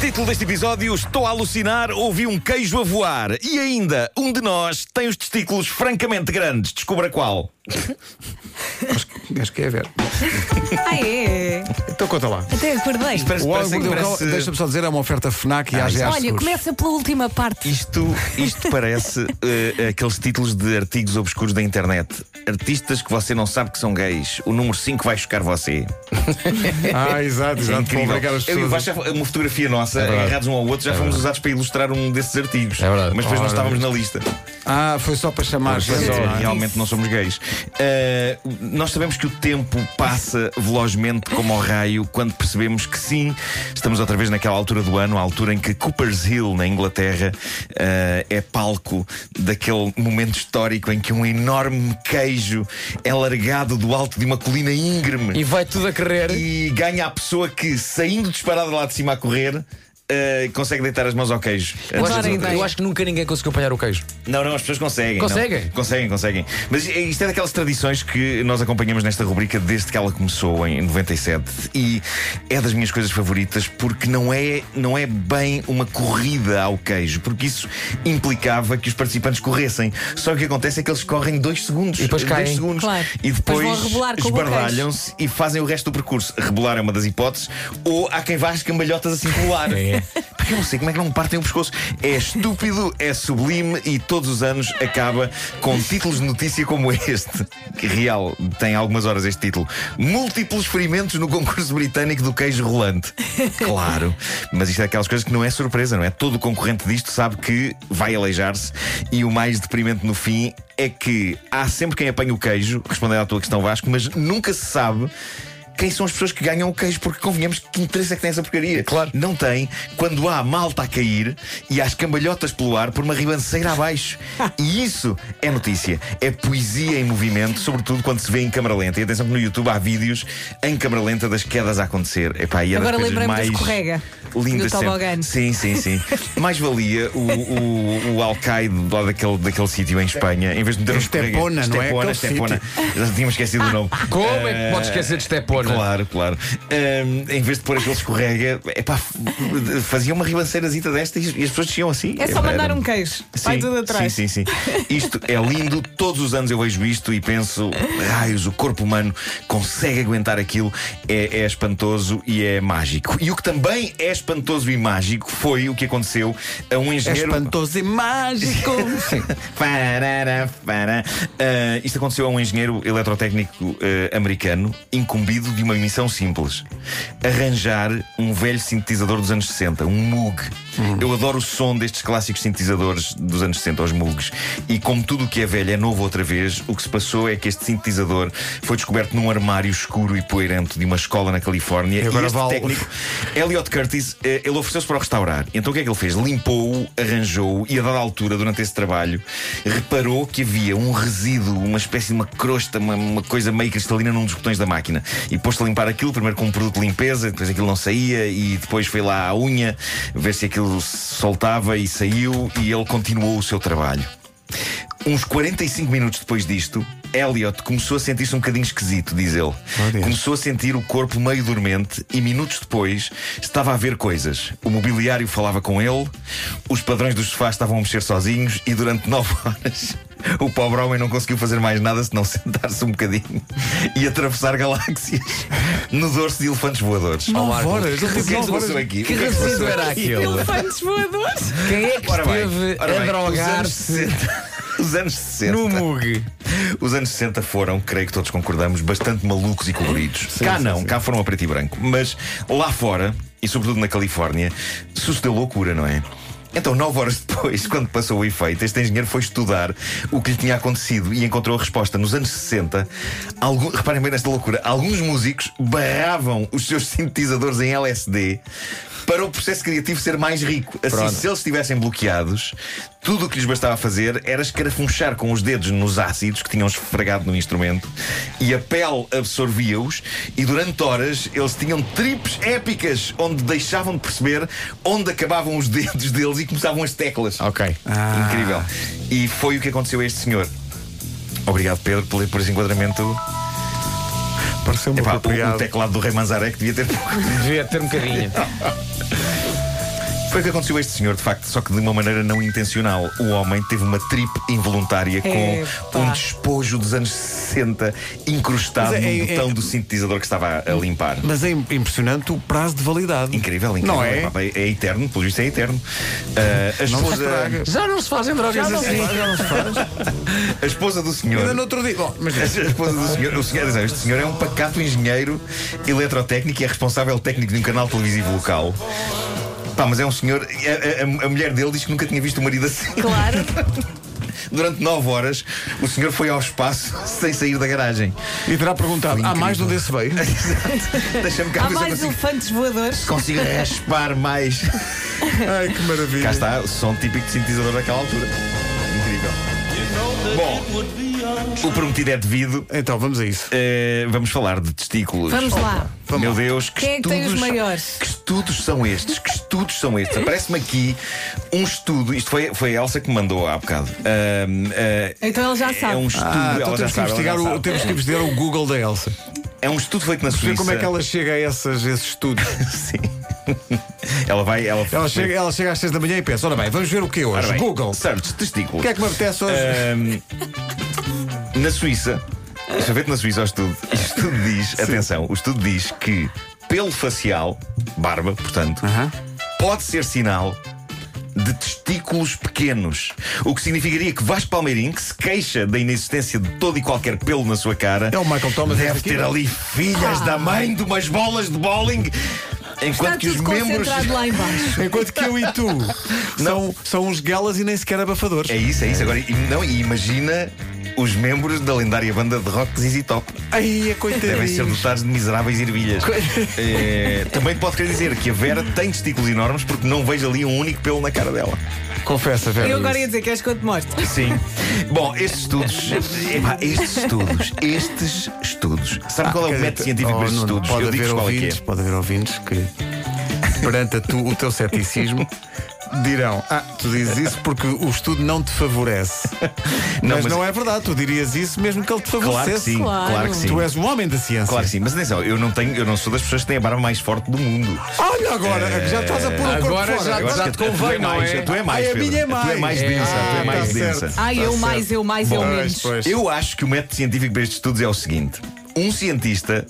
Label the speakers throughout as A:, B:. A: Título deste episódio: Estou a alucinar, ouvi um queijo a voar. E ainda, um de nós tem os testículos francamente grandes. Descubra qual.
B: Acho que é ver.
C: Ah, é?
B: Então conta lá.
C: Até acordei.
A: Parece,
B: O
A: parece,
B: óleo do
A: parece, Ah,
B: cão, deixa-me só dizer, é uma oferta FNAC e AGA
C: Olha,
D: é
C: começa pela última parte.
A: Isto, isto parece eh, aqueles títulos de artigos obscuros da internet. Artistas que você não sabe que são gays. O número 5 vai chocar você.
B: Ah, exato,
A: É
B: exato. Para
A: incrível.
B: obrigar as
A: Eu e o
B: pessoas. É
A: Vasco, uma fotografia nossa,
D: verdade.
A: agarrados um ao outro, já fomos usados para ilustrar um desses artigos.
D: É verdade.
A: Mas depois não
B: Ora.
A: estávamos na lista.
B: Ah, foi só para chamar.
A: Pois
B: gente,
A: é,
B: não é?
A: realmente não somos gays. Eh, nós sabemos que o tempo passa velozmente como ao raio quando percebemos que sim, estamos outra vez naquela altura do ano, a altura em que Cooper's Hill, na Inglaterra, eh, é palco daquele momento histórico em que um enorme queijo é largado do alto de uma colina íngreme
D: E vai tudo a correr.
A: e ganha a pessoa que, saindo disparada lá de cima a correr, eh, consegue deitar as mãos ao queijo.
D: Eu
A: Antes das
D: acho, que-
A: outras.
D: eu acho que nunca ninguém conseguiu apanhar o queijo.
A: Não, não, as pessoas conseguem.
D: Conseguem?
A: não. Conseguem, conseguem. Mas eh, isto é daquelas tradições que nós acompanhamos nesta rubrica desde que ela começou em 97 e é das minhas coisas favoritas porque não é, não é bem uma corrida ao queijo, porque isso implicava que os participantes corressem. Só que o que acontece é que eles correm dois segundos.
D: E depois
A: dois
D: caem.
A: segundos.
C: Claro.
A: E
C: Depois
A: depois
C: vão rebolar com o queijo.
A: esbardalham-se e fazem o resto do percurso. Rebolar é uma das hipóteses, ou há quem vá às cambalhotas assim com o ar.
D: É.
A: Porque eu não sei como é que não me partem o pescoço. É estúpido, é sublime e todos os anos acaba com títulos de notícia como este. Que real, tem algumas horas este título. Múltiplos ferimentos no concurso britânico do queijo rolante. Claro, mas isto é daquelas coisas que não é surpresa, não é? Todo concorrente disto sabe que vai aleijar-se e o mais deprimente no fim é que há sempre quem apanha o queijo, respondendo à tua questão Vasco, mas nunca se sabe. Quem são as pessoas que ganham o queijo? Porque convenhamos que interesse é que tem essa porcaria.
D: Claro.
A: Não tem quando há a malta a cair e há as cambalhotas pelo ar por uma ribanceira abaixo. E isso é notícia. É poesia em movimento, sobretudo quando se vê em câmara lenta. E atenção que no YouTube há vídeos em câmara lenta das quedas a acontecer. Epá, e é
C: Agora
A: das coisas
C: lembrei-me da
A: mais
C: escorrega
A: lindas
C: do tobogã.
A: sempre. Sim, sim, sim. mais valia o, o, o Alcaide lá daquele, daquele sítio em Espanha, em vez de meter um escorrega-
B: Estepona, não é?
A: Estepona,
B: Aquele
A: Estepona. Já tínhamos esquecido o nome.
D: Como é que podes esquecer de Stepona?
A: eh, Claro, claro. Ahm, em vez de pôr aquele escorrega, epá, f- fazia uma ribanceirazita desta e e as pessoas desciam assim.
C: É só
A: Epá,
C: mandar
A: era-
C: um queijo.
A: Sim,
C: Vai tudo atrás.
A: Sim, sim, sim. Isto é lindo, todos os anos eu vejo isto e penso, raios, o corpo humano consegue aguentar aquilo, é, é espantoso e é mágico. E o que também é espantoso e mágico foi o que aconteceu a um
B: É
A: engenheiro.
B: espantoso e mágico. Sim.
A: Parará, pará. Ah, isto aconteceu a um engenheiro eletrotécnico eh, americano incumbido de uma missão simples: arranjar um velho sintetizador dos anos 60, um Moog.
B: Hum.
A: Eu adoro o som destes clássicos sintetizadores dos anos 60, os Moogs. E como tudo o que é velho é novo outra vez, o que se passou é que este sintetizador foi descoberto num armário escuro e poeirento de uma escola na Califórnia.
B: E agora
A: este
B: vale-
A: técnico Elliot Curtis, eh, ele ofereceu-se para o restaurar. Então o que é que ele fez? Limpou-o, arranjou-o e, a dada altura, durante esse trabalho, reparou que havia um resíduo, uma espécie de uma crosta, uma, uma coisa meio cristalina num dos botões da máquina. E pôs-se a limpar aquilo, primeiro com um produto de limpeza, depois aquilo não saía e depois foi lá à unha ver se aquilo se soltava e saiu e ele continuou o seu trabalho. Uns 45 minutos depois disto, Elliot começou a sentir-se um bocadinho esquisito, diz ele.
B: Deus.
A: começou a sentir o corpo meio dormente e minutos depois estava a ver coisas. O mobiliário falava com ele, os padrões dos sofás estavam a mexer sozinhos e durante 9 horas o pobre homem não conseguiu fazer mais nada senão sentar-se um bocadinho e atravessar galáxias no dorso de elefantes voadores.
D: Ó,
B: Nove
D: Marco,
B: horas.
D: que
B: ele teve
A: que
B: nove
A: se passou
B: horas.
A: aqui?
D: Que
A: O que é que se passou
D: resíduo era
A: aqui?
D: aquele?
C: Elefantes voadores.
D: Quem é que
A: Ora bem,
D: esteve
A: ora bem,
D: a
A: os anos
D: drogar-se
A: 60 Os anos 60.
D: no Mug?
A: Os anos 60 foram, creio que todos concordamos, bastante malucos e coloridos. cá não, cá foram a preto e branco. Mas lá fora, e sobretudo na Califórnia, sucedeu loucura, não é? Então, nove horas depois, quando passou o efeito, este engenheiro foi estudar o que lhe tinha acontecido e encontrou a resposta. Nos anos 60, algum, reparem bem nesta loucura, alguns músicos barravam os seus sintetizadores em LSD para o processo criativo ser mais rico. Assim,
D: Pronto.
A: se eles estivessem bloqueados, tudo o que lhes bastava fazer era escarafunchar com os dedos nos ácidos que tinham esfregado no instrumento e a pele absorvia-os e durante horas eles tinham trips épicas onde deixavam de perceber onde acabavam os dedos deles e começavam as teclas.
D: Ok.
A: Incrível. E foi o que aconteceu a este senhor. Obrigado, Pedro, por, por esse enquadramento.
B: Pareceu-me
A: Epá, o, o
B: apropriado.
A: teclado do Rei Manzaré que devia ter pouco.
D: Devia ter um bocadinho.
A: Foi o que aconteceu a este senhor, de facto, só que de uma maneira não intencional. O homem teve uma tripe involuntária
C: Epá.
A: com um despojo dos anos 60 incrustado
B: Mas é-
A: num
B: é-
A: botão
B: é-
A: do sintetizador que estava a a limpar.
B: Mas é im- impressionante o prazo de validade.
A: Incrível, incrível.
B: Não é?
A: Epá, É eterno, pelo visto é eterno. Ah, a,
B: Não se
A: esposa,
B: estraga.
D: Já não se fazem drogas assim.
A: a esposa do senhor.
B: Ainda no outro dia. Bom, mas
A: A esposa do senhor, o senhor, atenção, este senhor é um pacato engenheiro eletrotécnico e é responsável técnico de um canal televisivo local. Pá, mas é um senhor. A, a- a mulher dele diz que nunca tinha visto o marido assim.
C: Claro.
A: Durante nove horas, o senhor foi ao espaço sem sair da garagem.
B: E terá perguntado: há
A: Incrível.
B: mais de onde esse veio?
A: Deixa-me cá
C: Há
A: ver se eu
C: mais um
A: consigo,
C: elefantes voadores.
A: consigo raspar mais.
B: Ai, que maravilha.
A: Cá está, som típico de sintetizador daquela altura. Incrível. Bom, o prometido é devido.
B: Então vamos a isso.
A: Eh, vamos falar de testículos.
C: Vamos lá.
B: Vamos
A: Meu
B: lá.
A: Deus, que
C: Quem é que
A: estudos,
C: tem os maiores?
A: Que estudos são estes? Que estudos são estes? Aparece-me aqui um estudo. Isto foi, foi a Elsa que me mandou há bocado. Ahm, eh,
C: Então ela já
A: É
C: sabe.
A: um estudo,
B: Ah,
A: ela
B: então
A: já
B: temos que,
A: sabe, ela já
B: investigar o,
A: sabe.
B: temos que investigar o Google da Elsa.
A: É um estudo feito na Suíça.
B: Ver como é que ela chega a essas- esses estudos.
A: Sim. ela vai. Ela,
B: Ela chega, ela chega às 6 da manhã e pensa: ora bem, vamos ver o que
A: Ora
B: hoje?
A: bem, Eh,
B: Google. O
A: Search, testículos.
B: que é que me apetece hoje?
A: Ahm, na Suíça, isto é feito na Suíça, o estudo. O estudo diz, atenção, o estudo diz que pelo facial, barba, portanto,
B: Aham.
A: pode ser sinal de testículos pequenos. O que significaria que Vasco Palmeirim, que se queixa da inexistência de todo e qualquer pelo na sua cara,
B: É o Michael Thomas
A: deve
B: deste
A: ter
B: aqui.
A: ali filhas da mãe de umas bolas de bowling.
C: Está
A: Enquanto que os
C: tudo
A: membros.
C: concentrado lá embaixo.
B: Enquanto que eu e tu são, são uns galas e nem sequer abafadores.
A: É isso, é isso. Agora, e- não, e imagina os membros da lendária banda de rock ZZ Top.
B: Ai, é a
A: Devem ser
B: coitadinha.
A: dotados de miseráveis ervilhas. É, também pode querer dizer que a Vera tem testículos enormes porque não vejo ali um único pelo na cara dela.
B: Confessa, velho.
C: Eu agora ia dizer, queres que eu te mostre?
A: Sim. Bom, estes estudos. epá, estes estudos. Estes estudos.
B: Ah,
A: Sabe qual é o método científico para estes estudos?
B: oh, Pode
A: Eu
B: haver,
A: digo-vos qual é que é.
B: ouvintes, pode haver ouvintes que, perante a tu- o teu ceticismo, dirão: Ah, tu dizes isso porque o estudo não te favorece.
A: Não, mas-
B: mas, não é verdade, tu dirias isso mesmo que ele te favorecesse.
A: Claro que sim,
C: Claro.
A: claro que sim.
B: Tu és um homem da ciência.
A: Claro que sim, mas atenção, eu não, tenho, eu não sou das pessoas que têm a barba mais forte do mundo.
B: Olha agora,
A: Eh,
B: já estás a pôr o corpo
D: Agora
B: fora.
D: já-
A: Eu acho que
D: te convém,
A: tu é
D: não
A: mais,
D: é?
A: Tu é mais,
B: Ai, a
A: Pedro.
B: minha é
A: Tu é mais
B: mais.
A: densa, tu
B: Ah,
A: é mais
B: tá
A: densa.
B: certo.
C: Ah,
B: Tá
C: eu
B: certo.
C: mais, eu mais, eu
B: Pois,
C: menos.
B: pois.
A: Eu acho que o método científico para estes estudos é o seguinte: um cientista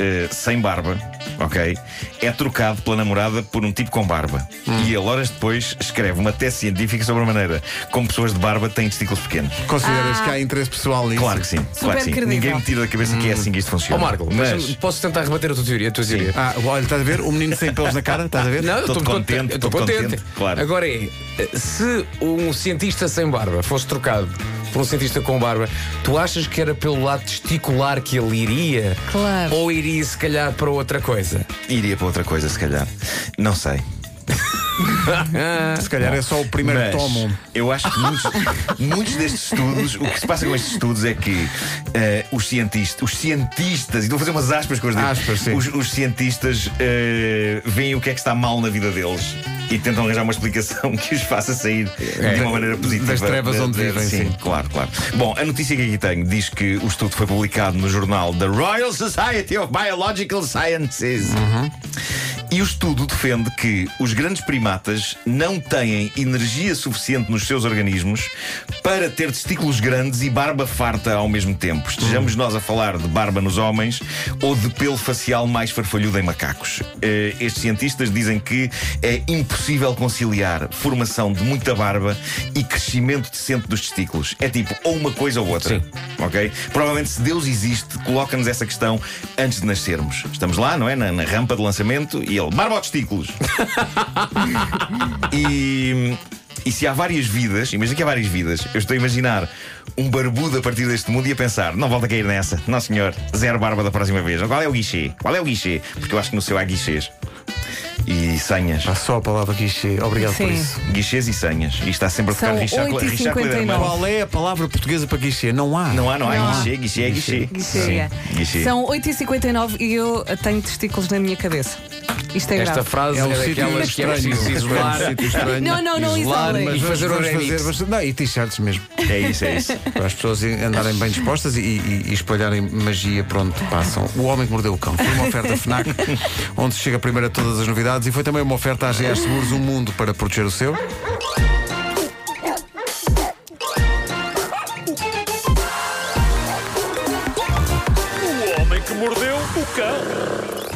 A: eh, sem barba, ok, é trocado pela namorada por um tipo com barba.
D: Hum.
A: E ele, horas depois, escreve uma tese científica sobre a maneira como pessoas de barba têm testículos pequenos.
B: Consideras que há interesse pessoal nisso?
A: Claro que sim, claro que sim.
C: credível.
A: Ninguém me tira da cabeça que é assim que isto
D: Hum. Ó
A: funciona.
D: Marco,
A: mas
D: deixa-me- posso tentar rebater a tua teoria? A tua teoria?
B: Ah, olha, estás a ver? O menino sem pelos na cara, estás a ver?
D: Não, eu
A: Todo
D: estou
A: contente,
D: contente. eu tô
A: todo
D: contente.
A: contente, claro.
D: Agora é, se um cientista sem barba fosse trocado por um cientista com barba, tu achas que era pelo lado testicular que ele iria?
C: Claro.
D: Ou iria se calhar para outra coisa?
A: iria para outra coisa, se calhar. Não sei.
B: Se calhar é só o primeiro
A: Mas
B: que tomam.
A: Eu acho que muitos, muitos destes estudos, o que se passa com estes estudos é que eh, os cientistas, os cientistas, e estou a fazer umas aspas com os dedos,
B: Aspas, sim.
A: os, os cientistas eh, veem o que é que está mal na vida deles e tentam arranjar uma explicação que os faça sair
B: É.
A: de uma maneira positiva.
B: das trevas
A: Da-
B: onde
A: da-
B: vivem, sim.
A: Claro, claro. Bom, a notícia que aqui tenho diz que o estudo foi publicado no jornal da Royal Society of Biological Sciences.
B: Uhum.
A: E o estudo defende que os grandes primatas não têm energia suficiente nos seus organismos para ter testículos grandes e barba farta ao mesmo tempo. Estejamos
B: Uhum.
A: nós a falar de barba nos homens ou de pelo facial mais farfalhudo em macacos. Eh, estes cientistas dizem que é impossível conciliar formação de muita barba e crescimento decente dos testículos. É tipo ou uma coisa ou outra. Ok? Provavelmente se Deus existe, coloca-nos essa questão antes de nascermos. Estamos lá, não é? Na, na rampa de lançamento e ele, barba aos testículos. e, e se há várias vidas, imagina que há várias vidas, eu estou a imaginar um barbudo a partir deste mundo e a pensar, não volta a cair nessa, não senhor, zero barba da próxima vez. Qual é o guichê? Qual é o guichê? Porque eu acho que no seu há guichês. E senhas.
B: Pá, Ah, só a palavra guichê. Obrigado por
C: Sim.
B: isso.
A: Guichês e senhas. E está sempre a tocar
C: São
A: Richard,
C: 8 e
A: Richard
C: 59.
A: Clayderman.
B: Qual é a palavra portuguesa para guichê? Não há.
A: Não há, não há.
C: Não há.
A: Guichê, guichê, é guichê.
C: Guichê.
A: Sim, guichê.
C: São 8h59 e eu tenho testículos na minha cabeça. Isto é
D: Esta
C: grave.
D: frase
B: É
D: é,
B: um sítio
D: daquelas que é
B: estranho.
D: preciso isolar.
B: É um sítio estranho.
C: Não, não, não
D: Isolar,
C: isolem.
D: mas-
B: Mas vamos,
D: fazer
B: vamos
D: o remix.
B: fazer. Mas, não, e t-shirts mesmo.
A: É isso, é isso.
B: Para as pessoas andarem bem dispostas e, e- e espalharem magia por onde passam. O Homem que Mordeu o Cão foi uma oferta FNAC, onde se chega primeiro a todas as novidades e foi também uma oferta à GS Seguros, um mundo para proteger o seu.
E: O homem que mordeu o cão.